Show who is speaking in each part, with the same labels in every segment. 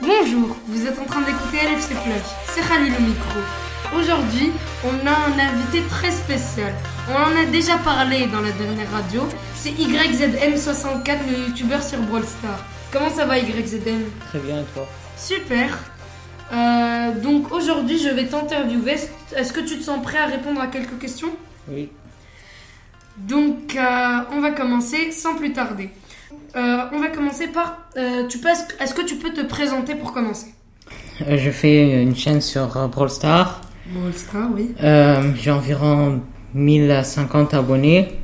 Speaker 1: Bonjour, vous êtes en train d'écouter LFC Flash, c'est Khalil au micro. Aujourd'hui, on a un invité très spécial. On en a déjà parlé dans la dernière radio, c'est YZM64, le youtubeur sur Brawl Stars. Comment ça va YZM
Speaker 2: Très bien, et toi
Speaker 1: Super Euh, Donc aujourd'hui, je vais t'interviewer. Est-ce que tu te sens prêt à répondre à quelques questions
Speaker 2: Oui.
Speaker 1: Donc, euh, on va commencer sans plus tarder. Euh, on va commencer par. euh, tu peux, est-ce que- est-ce que tu peux te présenter pour commencer
Speaker 2: Euh, Je fais une chaîne sur euh, Brawl Stars.
Speaker 1: Brawl oui.
Speaker 2: Euh, j'ai environ 1050 abonnés.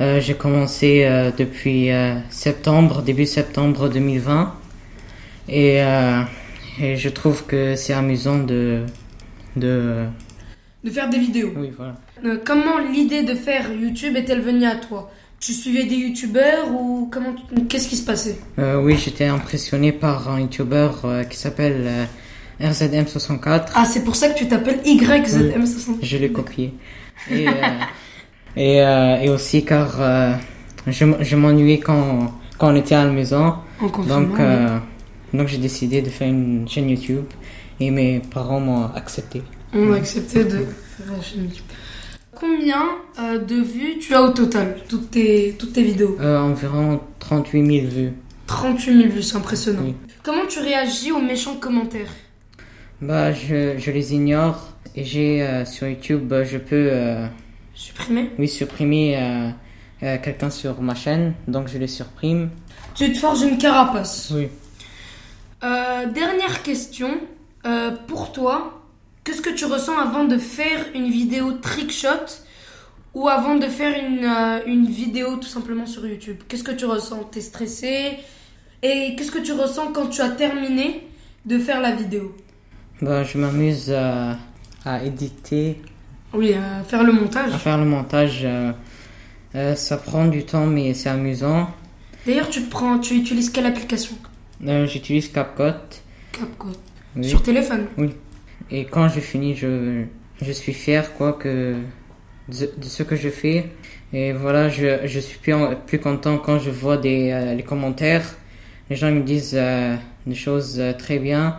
Speaker 2: Euh, j'ai commencé euh, depuis euh, septembre, début septembre 2020. Et, euh, et je trouve que c'est amusant de... de...
Speaker 1: De faire des vidéos.
Speaker 2: Oui, voilà.
Speaker 1: Euh, comment l'idée de faire YouTube est-elle venue à toi Tu suivais des youtubeurs ou comment tu- Qu'est-ce qui se passait
Speaker 2: Euh, oui, j'étais impressionné par un YouTuber euh, qui s'appelle euh, RZM64.
Speaker 1: Ah, c'est pour ça que tu t'appelles YZM60.
Speaker 2: Je l'ai copié. Et, euh, et, euh, et aussi car euh, je, m- je m'ennuyais quand, quand on était à la maison.
Speaker 1: En confinement.
Speaker 2: Donc, euh, donc j'ai décidé de faire une chaîne YouTube et mes parents m'ont accepté.
Speaker 1: On a accepté de faire la chaîne YouTube. Combien euh, de vues tu as au total toutes tes, toutes tes vidéos
Speaker 2: Euh, environ 38 000 vues.
Speaker 1: 38 000 vues, c'est impressionnant.
Speaker 2: Oui.
Speaker 1: Comment tu réagis aux méchants commentaires
Speaker 2: Bah, je, je les ignore et j'ai euh, sur YouTube, euh, je peux euh,
Speaker 1: Supprimés
Speaker 2: oui, supprimer euh, euh, quelqu'un sur ma chaîne. Donc je les supprime.
Speaker 1: Tu te forges une carapace.
Speaker 2: Oui.
Speaker 1: Euh, dernière question. Euh, pour toi, qu'est-ce que tu ressens avant de faire une vidéo trick shot ou avant de faire une, euh, une vidéo tout simplement sur YouTube Qu'est-ce que tu ressens T'es stressé Et qu'est-ce que tu ressens quand tu as terminé de faire la vidéo
Speaker 2: Bah, je m'amuse euh, à éditer
Speaker 1: Oui, à faire le montage.
Speaker 2: À faire le montage, euh, euh, ça prend du temps, mais c'est amusant.
Speaker 1: D'ailleurs, tu prends, tu utilises quelle application
Speaker 2: Euh, J'utilise CapCut.
Speaker 1: CapCut.
Speaker 2: oui.
Speaker 1: Sur téléphone.
Speaker 2: Et quand je finis, je, je suis fier quoi, que, de, de ce que je fais. Et voilà, je, je suis plus, en- plus content quand je vois des, euh, les commentaires. Les gens me disent euh, des choses euh, très bien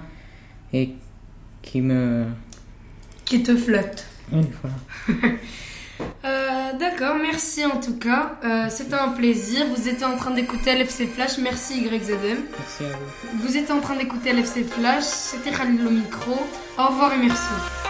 Speaker 2: et qui me.
Speaker 1: Qui te flatte.
Speaker 2: Oui, voilà.
Speaker 1: Euh, D'accord, merci en tout cas. Euh, C'était un plaisir. Vous étiez en train d'écouter LFC Flash. Merci YZM.
Speaker 2: Merci à vous.
Speaker 1: Vous étiez en train d'écouter LFC Flash. C'était Khalil au micro. Au revoir et merci.